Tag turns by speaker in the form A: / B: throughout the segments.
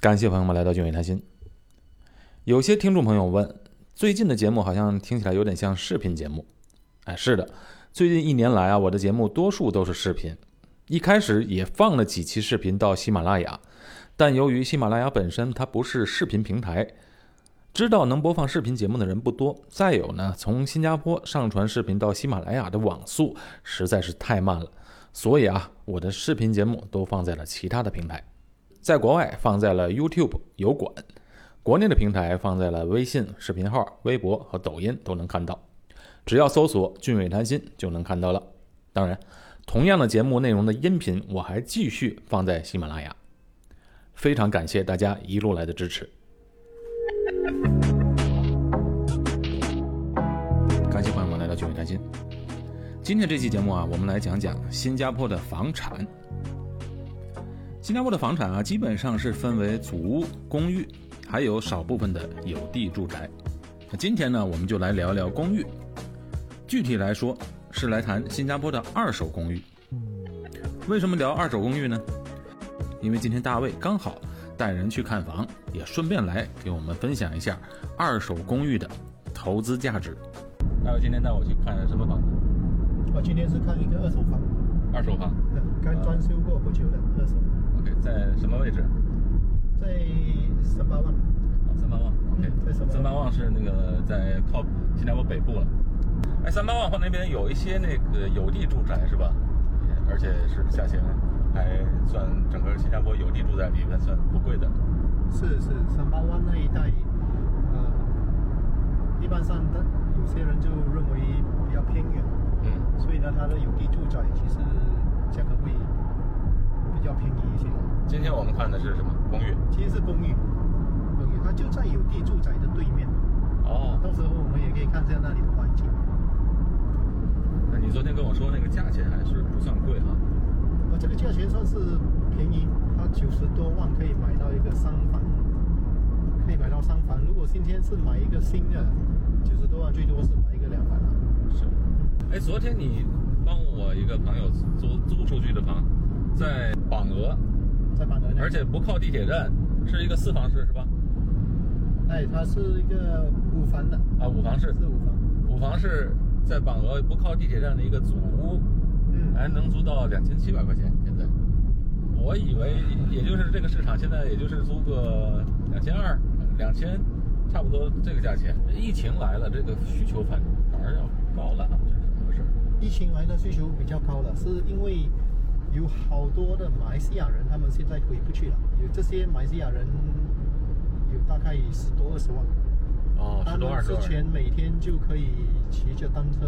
A: 感谢朋友们来到俊伟谈心。有些听众朋友问，最近的节目好像听起来有点像视频节目。哎，是的，最近一年来啊，我的节目多数都是视频。一开始也放了几期视频到喜马拉雅，但由于喜马拉雅本身它不是视频平台，知道能播放视频节目的人不多。再有呢，从新加坡上传视频到喜马拉雅的网速实在是太慢了，所以啊，我的视频节目都放在了其他的平台。在国外放在了 YouTube 油管，国内的平台放在了微信视频号、微博和抖音都能看到，只要搜索“俊伟谈心”就能看到了。当然，同样的节目内容的音频我还继续放在喜马拉雅。非常感谢大家一路来的支持，感谢朋友们来到俊伟谈心。今天这期节目啊，我们来讲讲新加坡的房产。新加坡的房产啊，基本上是分为祖屋、公寓，还有少部分的有地住宅。那今天呢，我们就来聊聊公寓。具体来说，是来谈新加坡的二手公寓。为什么聊二手公寓呢？因为今天大卫刚好带人去看房，也顺便来给我们分享一下二手公寓的投资价值。大卫今天带我去看什么房子？
B: 我哦今天是看一个二手房，
A: 二手房。
B: 刚装修过不久的二手，
A: OK，在什么位置？
B: 在三八万。
A: 三八旺，OK，
B: 嗯在三八旺
A: 三八旺是那个在靠新加坡北部了。哎，三八旺那边有一些那个有地住宅是吧？而且是价钱还算整个新加坡有地住宅里面算不贵的。
B: 是是，三八万那一带，呃，一般上的有些人就认为比较偏远，
A: 嗯，
B: 所以呢，它的有地住宅其实价格会比较便宜一些。
A: 今天我们看的是什么公寓？
B: 其实是公寓，公寓它就在有地住宅的对面，
A: 哦，
B: 到时候我们也可以看一下那里的环境。
A: 那你昨天跟我说那个价钱还是不算贵哈、
B: 我这个价钱算是便宜，它九十多万可以买到一个三房，可以买到三房。如果今天是买一个新的，九十多万最多是买一个两房了。
A: 是。哎，昨天你帮我一个朋友租租出去的房，在榜鹅，
B: 在板南，
A: 而且不靠地铁站，是一个四房式是吧？
B: 哎，它是一个五房的，
A: 啊，五房式
B: 是五房。
A: 五房是在榜鹅不靠地铁站的一个祖屋，
B: 嗯，
A: 还能租到两千七百块钱。现在，我以为也就是这个市场现在也就是租个两千二、两千，差不多这个价钱。疫情来了，这个需求反反而要高了啊，这是怎么回事？
B: 疫情来的需求比较高了，是因为有好多的马来西亚人，他们现在回不去了。有这些马来西亚人，有大概十多二十万。
A: 哦，
B: 他
A: 十多
B: 们
A: 二十
B: 之
A: 万
B: 前每天就可以骑着单车。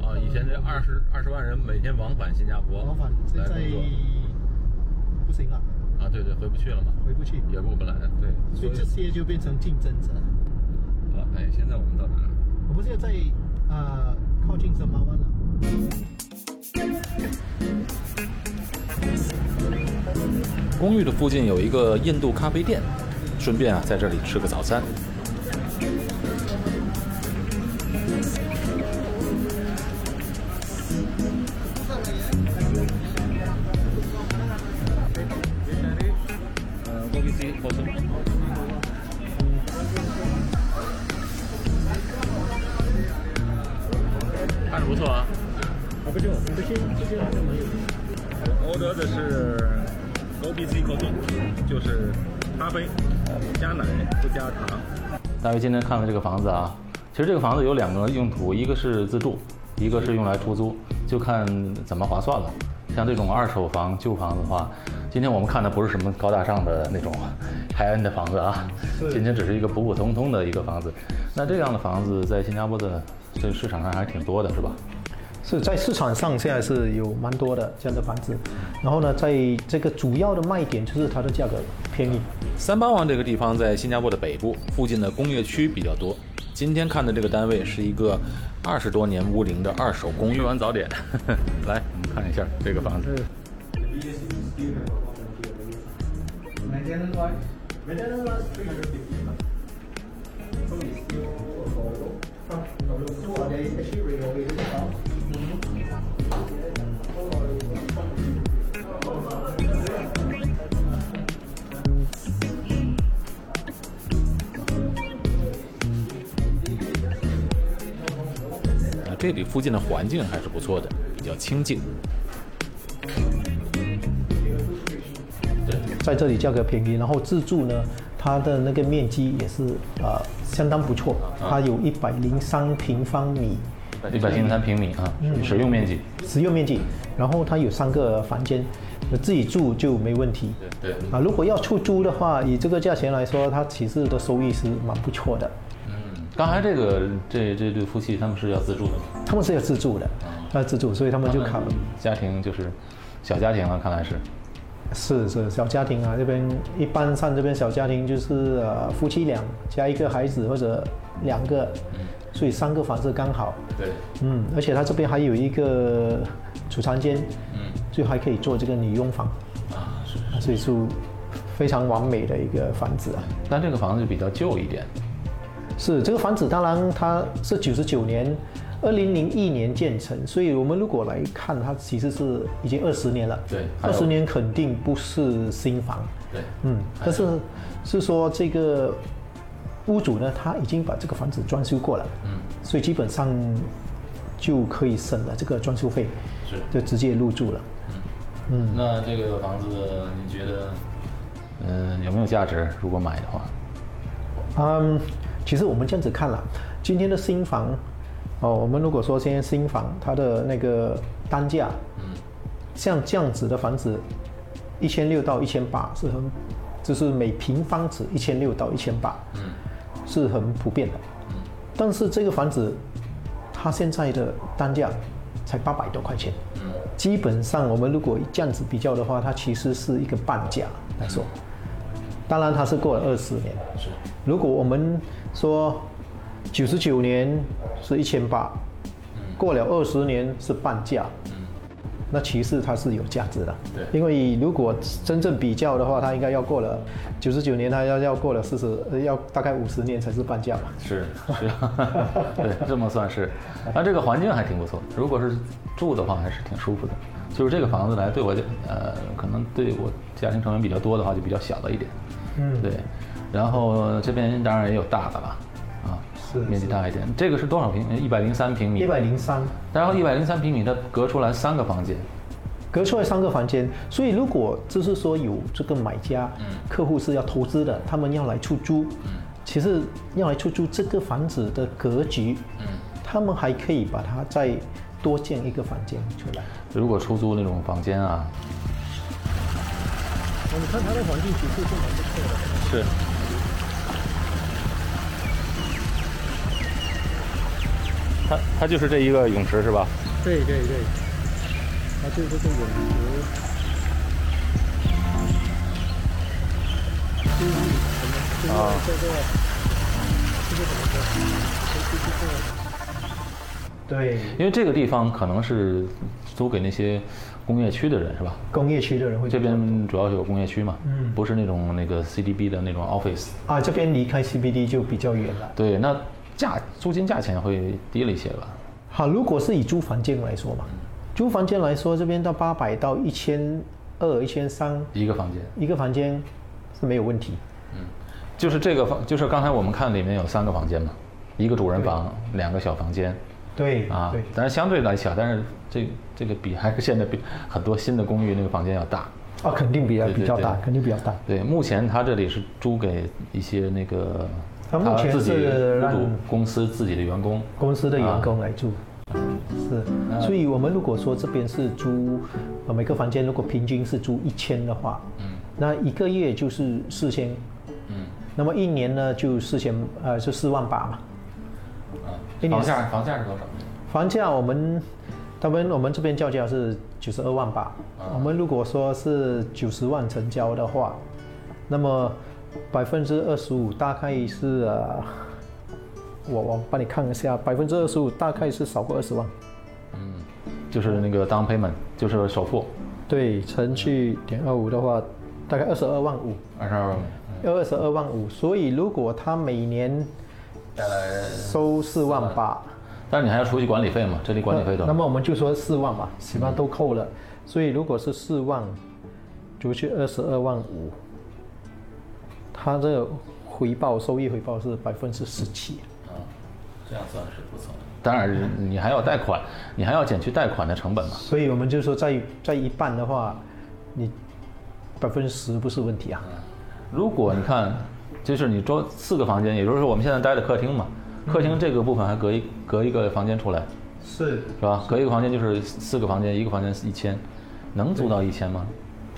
B: 哦呃
A: 啊，以前这二十二十万人每天往返新加坡，
B: 往返现
A: 来
B: 在
A: 工作
B: 不行了，
A: 啊，对对，回不去了嘛，
B: 回不去，
A: 也过不来，对，
B: 所以这些就变成竞争者。
A: 啊，哎，现在我们到哪儿了？
B: 我们现在在啊、呃靠近神马湾了。
A: 公寓的附近有一个印度咖啡店，顺便啊在这里吃个早餐。看着不错啊，
B: 啊，不就我们先这些好像没有。
A: 我得的是 O B C 可颂，就是咖啡加奶不加糖。
C: 大卫今天看了这个房子啊，其实这个房子有两个用途，一个是自住，一个是用来出租，就看怎么划算了。像这种二手房、旧房子的话，今天我们看的不是什么高大上的那种海岸的房子啊，
B: 对
C: 今天只是一个普普通通的一个房子。那这样的房子在新加坡的这市场上还挺多的，是吧？
B: 是在市场上现在是有蛮多的这样的房子，然后呢，在这个主要的卖点就是它的价格便宜。
A: 三八王这个地方在新加坡的北部，附近的工业区比较多。今天看的这个单位是一个二十多年屋龄的二手公寓。
C: 吃完早点， 来我们看一下这个房子。
A: 这里附近的环境还是不错的，比较清静。
B: 在这里价格便宜，然后自住呢，它的那个面积也是呃相当不错，它啊有一百零三平方米
C: 一百零三平米啊，使用面积。
B: 使用面积，然后它有三个房间，那自己住就没问题。
C: 对，
B: 啊，如果要出租的话，以这个价钱来说，它其实的收益是蛮不错的。
A: 嗯
C: 刚才这个这这对夫妻他们是要自住的吗？
B: 他们是要自住的，要自住，所以他们就考
C: 家庭就是小家庭了，看来是。
B: 是是小家庭啊，这边一般上这边小家庭就是呃夫妻俩加一个孩子或者两个，
C: 嗯
B: 所以三个房子刚好。
C: 对，
B: 嗯，而且它这边还有一个储藏间，
C: 嗯
B: 就还可以做这个女佣房，
C: 啊是。
B: 所以是非常完美的一个房子啊。
C: 但这个房子就比较旧一点，
B: 是这个房子，当然它是九十九年，二零零一年建成，所以我们如果来看，它其实是已经二十年了。
C: 对还
B: 二
C: 有
B: 十年肯定不是新房。
C: 对，
B: 嗯，
C: 哎
B: 但是是说这个屋主呢，他已经把这个房子装修过了，嗯，所以基本上就可以省了这个装修费，
C: 是。
B: 就直接入住了。
C: 嗯，那这个房子你觉得，嗯、有没有价值？如果买的话，
B: 嗯，其实我们这样子看了，今天的新房，哦，我们如果说今天新房它的那个单价，
C: 嗯，
B: 像这样子的房子，一千六到一千八是很，就是每平方尺一千六到一千八，嗯，是很普遍的。但是这个房子，它现在的单价才八百多块钱，
C: 嗯，
B: 基本上我们如果这样子比较的话，它其实是一个半价来说。当然，它是过了二十年，
C: 嗯是，
B: 如果我们说九十九年是一千八，
C: 嗯
B: 过了二十年是半价，那其实它是有价值的。
C: 对
B: 因为如果真正比较的话，它应该要过了九十九年，它要要过了四十，要大概五十年才是半价吧。
C: 是是，对，这么算是。那这个环境还挺不错，如果是住的话，还是挺舒服的。就是这个房子来对我家，呃，可能对我家庭成员比较多的话，就比较小了一点。嗯，对。然后这边当然也有大的了，啊，
B: 是
C: 面积大一点。这个是多少平？一百零三平米。
B: 一百。零三，
C: 然后一百零三平米，它隔出来三个房间。
B: 隔出来三个房间，所以如果就是说有这个买家，
D: 嗯
B: 客户是要投资的，他们要来出租，其实要来出租这个房子的格局，
D: 嗯
B: 他们还可以把它再多建一个房间出来。
C: 如果出租那种房间啊，
D: 哦，你看它的环境其实是蛮不错的。
C: 是。它它就是这一个泳池是吧？
D: 对对啊对，它就是这个泳池。就是什么？就是
B: 哦
D: 这个，这个怎么说？就是这个。
B: 对，
C: 因为这个地方可能是租给那些工业区的人是吧？
B: 工业区的人会
C: 这边主要是有工业区嘛，
B: 嗯
C: 不是那种那个 CDB 的那种 office。
B: 啊，这边离开 CBD 就比较远了。
C: 对，那价租金价钱会低了一些吧？
B: 好，如果是以租房间来说嘛，租房间来说，这边到八百到一千二、一千三
C: 一个房间，
B: 一个房间是没有问题。
C: 就是这个房，就是刚才我们看里面有三个房间嘛，一个主人房，两个小房间。
B: 对
C: 啊
B: 对，
C: 但是相对来讲，但是这这个比还是现在比很多新的公寓那个房间要大。
B: 啊，肯定比较
C: 对对
B: 比较
C: 对
B: 大，肯定比较大。
C: 对，目前他这里是租给一些那个
B: 它目前
C: 自己
B: 是
C: 雇
B: 让
C: 主公司自己的员工。
B: 公司的员工来住。是，所以我们如果说这边是租，呃，每个房间如果平均是租一千的话，嗯，那一个月就是四千，
C: 嗯，
B: 那么一年呢就四千，呃，就四万八嘛。
C: 啊
B: 一年
C: 房价房价是多少？
B: 房价我们，他们我们这边叫价是九十二万八，我们如果说是九十万成交的话，那么百分之二十五大概是，呃、我我帮你看一下，百分之二十五大概是少过二十万。
C: 就是那个 down payment，就是首付，
B: 对，乘去点二五的话，大概二十二万五，
C: 二十二万美。
B: 要二十二万五。所以如果他每年收四万八，
C: 但是你还要除去管理费嘛？这里管理费
B: 那
C: 多少？嗯
B: 么我们就说四万吧，起码都扣了。所以如果是四万，除去二十二万五，它的回报收益回报是百分之十七，
C: 这样算是不错。当然是你还要贷款，你还要减去贷款的成本嘛。
B: 所以我们就说在在一半的话，你百分之十不是问题啊。
C: 如果你看，就是你周四个房间，也就是说我们现在待的客厅嘛，客厅这个部分还隔一隔一个房间出来，
B: 是
C: 是吧？隔一个房间就是四个房间，一个房间一千，能租到一千吗？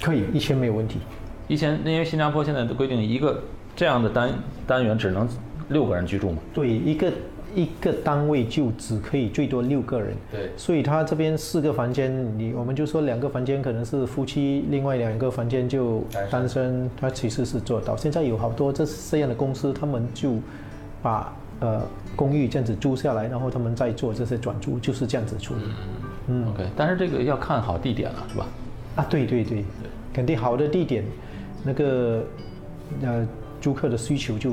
B: 可以一千没有问题。
C: 一千，因为新加坡现在的规定，一个这样的单单元只能六个人居住嘛。
B: 对，一个一个单位就只可以最多六个人。
C: 对
B: 所以他这边四个房间，你我们就说两个房间可能是夫妻，另外两个房间就
C: 单身
B: 单身，他其实是做到。现在有好多这这样的公司，他们就把呃公寓这样子租下来，然后他们再做这些转租，就是这样子处理。嗯
C: ，OK，但是这个要看好地点了，是吧？
B: 啊，对对对，肯定好的地点，那个呃租客的需求就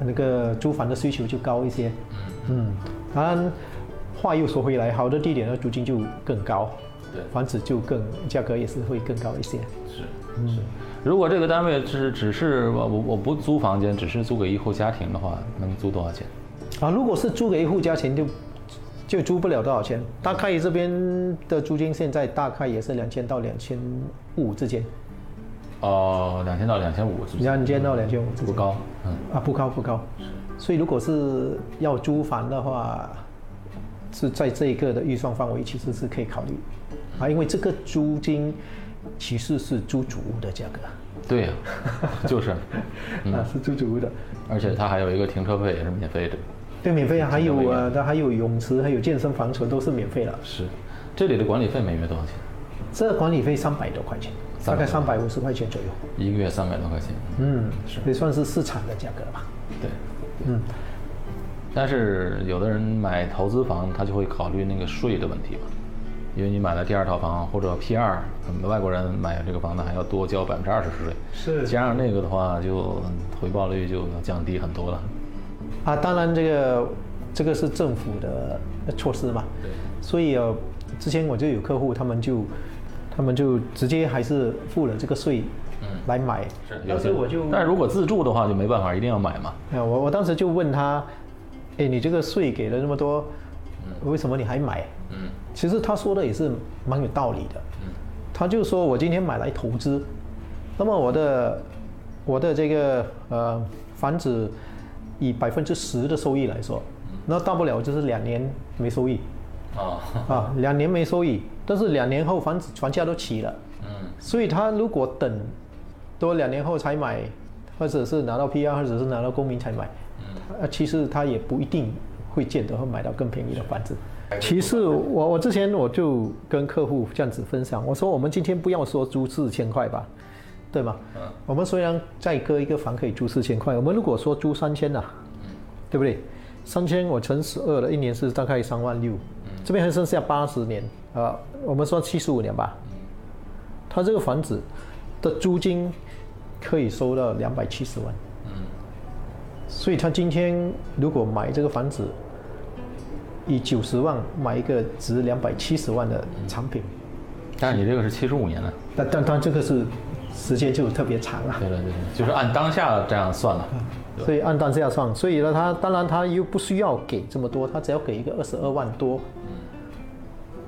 B: 那个租房的需求就高一些。嗯，当然话又说回来，好的地点的租金就更高，
C: 对
B: 房子就更价格也是会更高一些。
C: 是是。如果这个单位是只是我我我不租房间，只是租给一户家庭的话，能租多少钱？
B: 啊，如果是租给一户家庭就。就租不了多少钱，大概这边的租金现在大概也是两千到两千五之间，
C: 哦，两千到两千五，是不是？
B: 两千到两千五之间。
C: 不高，嗯，
B: 啊，不高不高。所以如果是要租房的话，是在这一个的预算范围其实是可以考虑啊，因为这个租金其实是租主屋的价格，
C: 对呀、就是，
B: 啊是租主屋的，
C: 而且它还有一个停车费也是免费的。
B: 对，免费啊，还
C: 这个
B: 有
C: 我也
B: 啊，它还有泳池，还有健身房，全都是免费的。
C: 是，这里的管理费每月多少钱？
B: 这个管理费三百多块钱，大概三百五十块钱左右，
C: 一个月三百多块钱。
B: 嗯，也算是市场的价格吧。
C: 对，
B: 嗯，
C: 但是有的人买投资房，他就会考虑那个税的问题吧，因为你买了第二套房或者 P 二，外国人买这个房子还要多交百分之二十税，
B: 是
C: 加上那个的话，就回报率就要降低很多了。
B: 啊，当然这个这个是政府的措施嘛，所以呃，之前我就有客户，他们就他们就直接还是付了这个税来买，
C: 有
B: 当
C: 些
B: 时我就，
C: 但如果自住的话就没办法，一定要买嘛。
B: 啊，我我当时就问他，哎，你这个税给了那么多，为什么你还买？
C: 嗯，
B: 其实他说的也是蛮有道理的。他就说我今天买来投资，那么我的我的这个呃房子以百分之十的收益来说，那大不了就是两年没收益
C: 啊，
B: 啊，两年没收益，但是两年后房子房价都起了，
C: 嗯，
B: 所以他如果等多两年后才买，或者是拿到 PR，或者是拿到公民才买，呃，其实他也不一定会见得会买到更便宜的房子。其实我我之前我就跟客户这样子分享，我说我们今天不要说租四千块吧，对吗？我们虽然再割一个房可以租四千块，我们如果说租三千呐，对不对？三千我乘十二了，一年是大概三万六，这边还剩下八十年，呃，我们说七十五年吧，他这个房子的租金可以收到两百七十万。所以他今天如果买这个房子，以九十万买一个值两百七十万的产品，
C: 但是你这个是七十五年的，
B: 但但但这个是时间就特别长啊。
C: 对对对，就是按当下这样算了。
E: 嗯
B: 所以按单价算，所以呢，他当然他又不需要给这么多，他只要给一个二十二万多，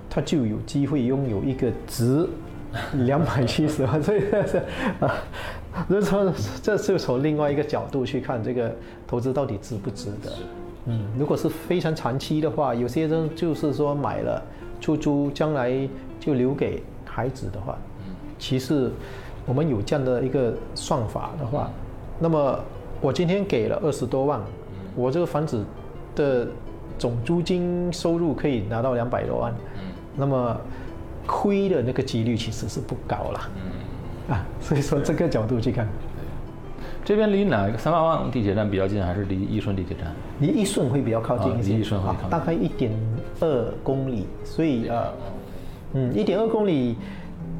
B: 他就有机会拥有一个值两百七十万， 所以这是啊，所以说这是从另外一个角度去看这个投资到底值不值得。嗯，如果是非常长期的话，有些人就是说买了出租，将来就留给孩子的话，其实我们有这样的一个算法的话，那么我今天给了二十多万，我这个房子的总租金收入可以拿到两百多万，那么亏的那个几率其实是不高了。啊，所以说这个角度去看，
C: 这边离哪个三八万地铁站比较近，还是离伊顺地铁站？
B: 离易顺会比较靠近一些，
C: 啊离益顺会靠近
B: 啊大概一点二公里，所以呃，嗯，一点二公里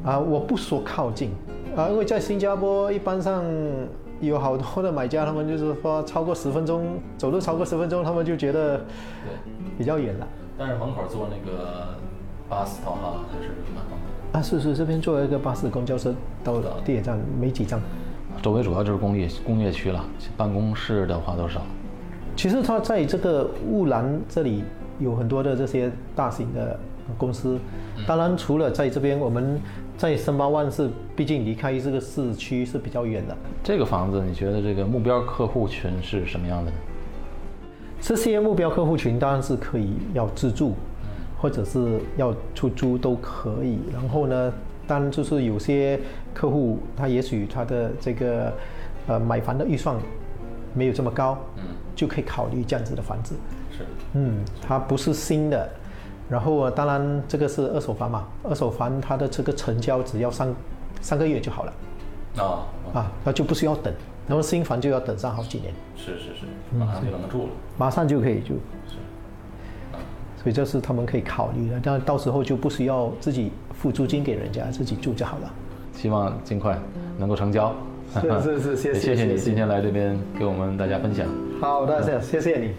B: 啊，我不说靠近啊，因为在新加坡一般上有好多的买家，他们就是说超过十分钟走路超过十分钟，他们就觉得比较远了
C: 但是门口坐那个巴士套哈还是蛮方便。
B: 啊。是是，这边作为一个巴士公交车到地铁站没几站，
C: 周围主要就是工业工业区了，办公室的话都少。
E: 其实它在这个乌兰这里有很多的这些大型的公司，当然除了在这边，我们在森巴万是毕竟离开这个市区是比较远的。
C: 这个房子你觉得这个目标客户群是什么样的呢？
E: 这些目标客户群当然是可以要自住，或者是要出租都可以。然后呢，当然就是有些客户他也许他的这个呃买房的预算没有这么高，就可以考虑这样子的房子。
C: 是，
E: 嗯，它不是新的。然后啊，当然这个是二手房嘛，二手房它的这个成交只要三三个月就好了
C: 啊、哦，
E: 啊，那就不需要等。然后新房就要等上好几年，
C: 是是啊是，
E: 嗯
C: 马上就能住了。
E: 马上就可以住。
C: 是，
E: 所以这是他们可以考虑的，但到时候就不需要自己付租金给人家，自己住就好了。
C: 希望尽快能够成交。
E: 是是是谢谢
C: 也谢
E: 谢
C: 你
E: 谢
C: 今天来这边给我们大家分享。
E: 好的，谢谢谢你。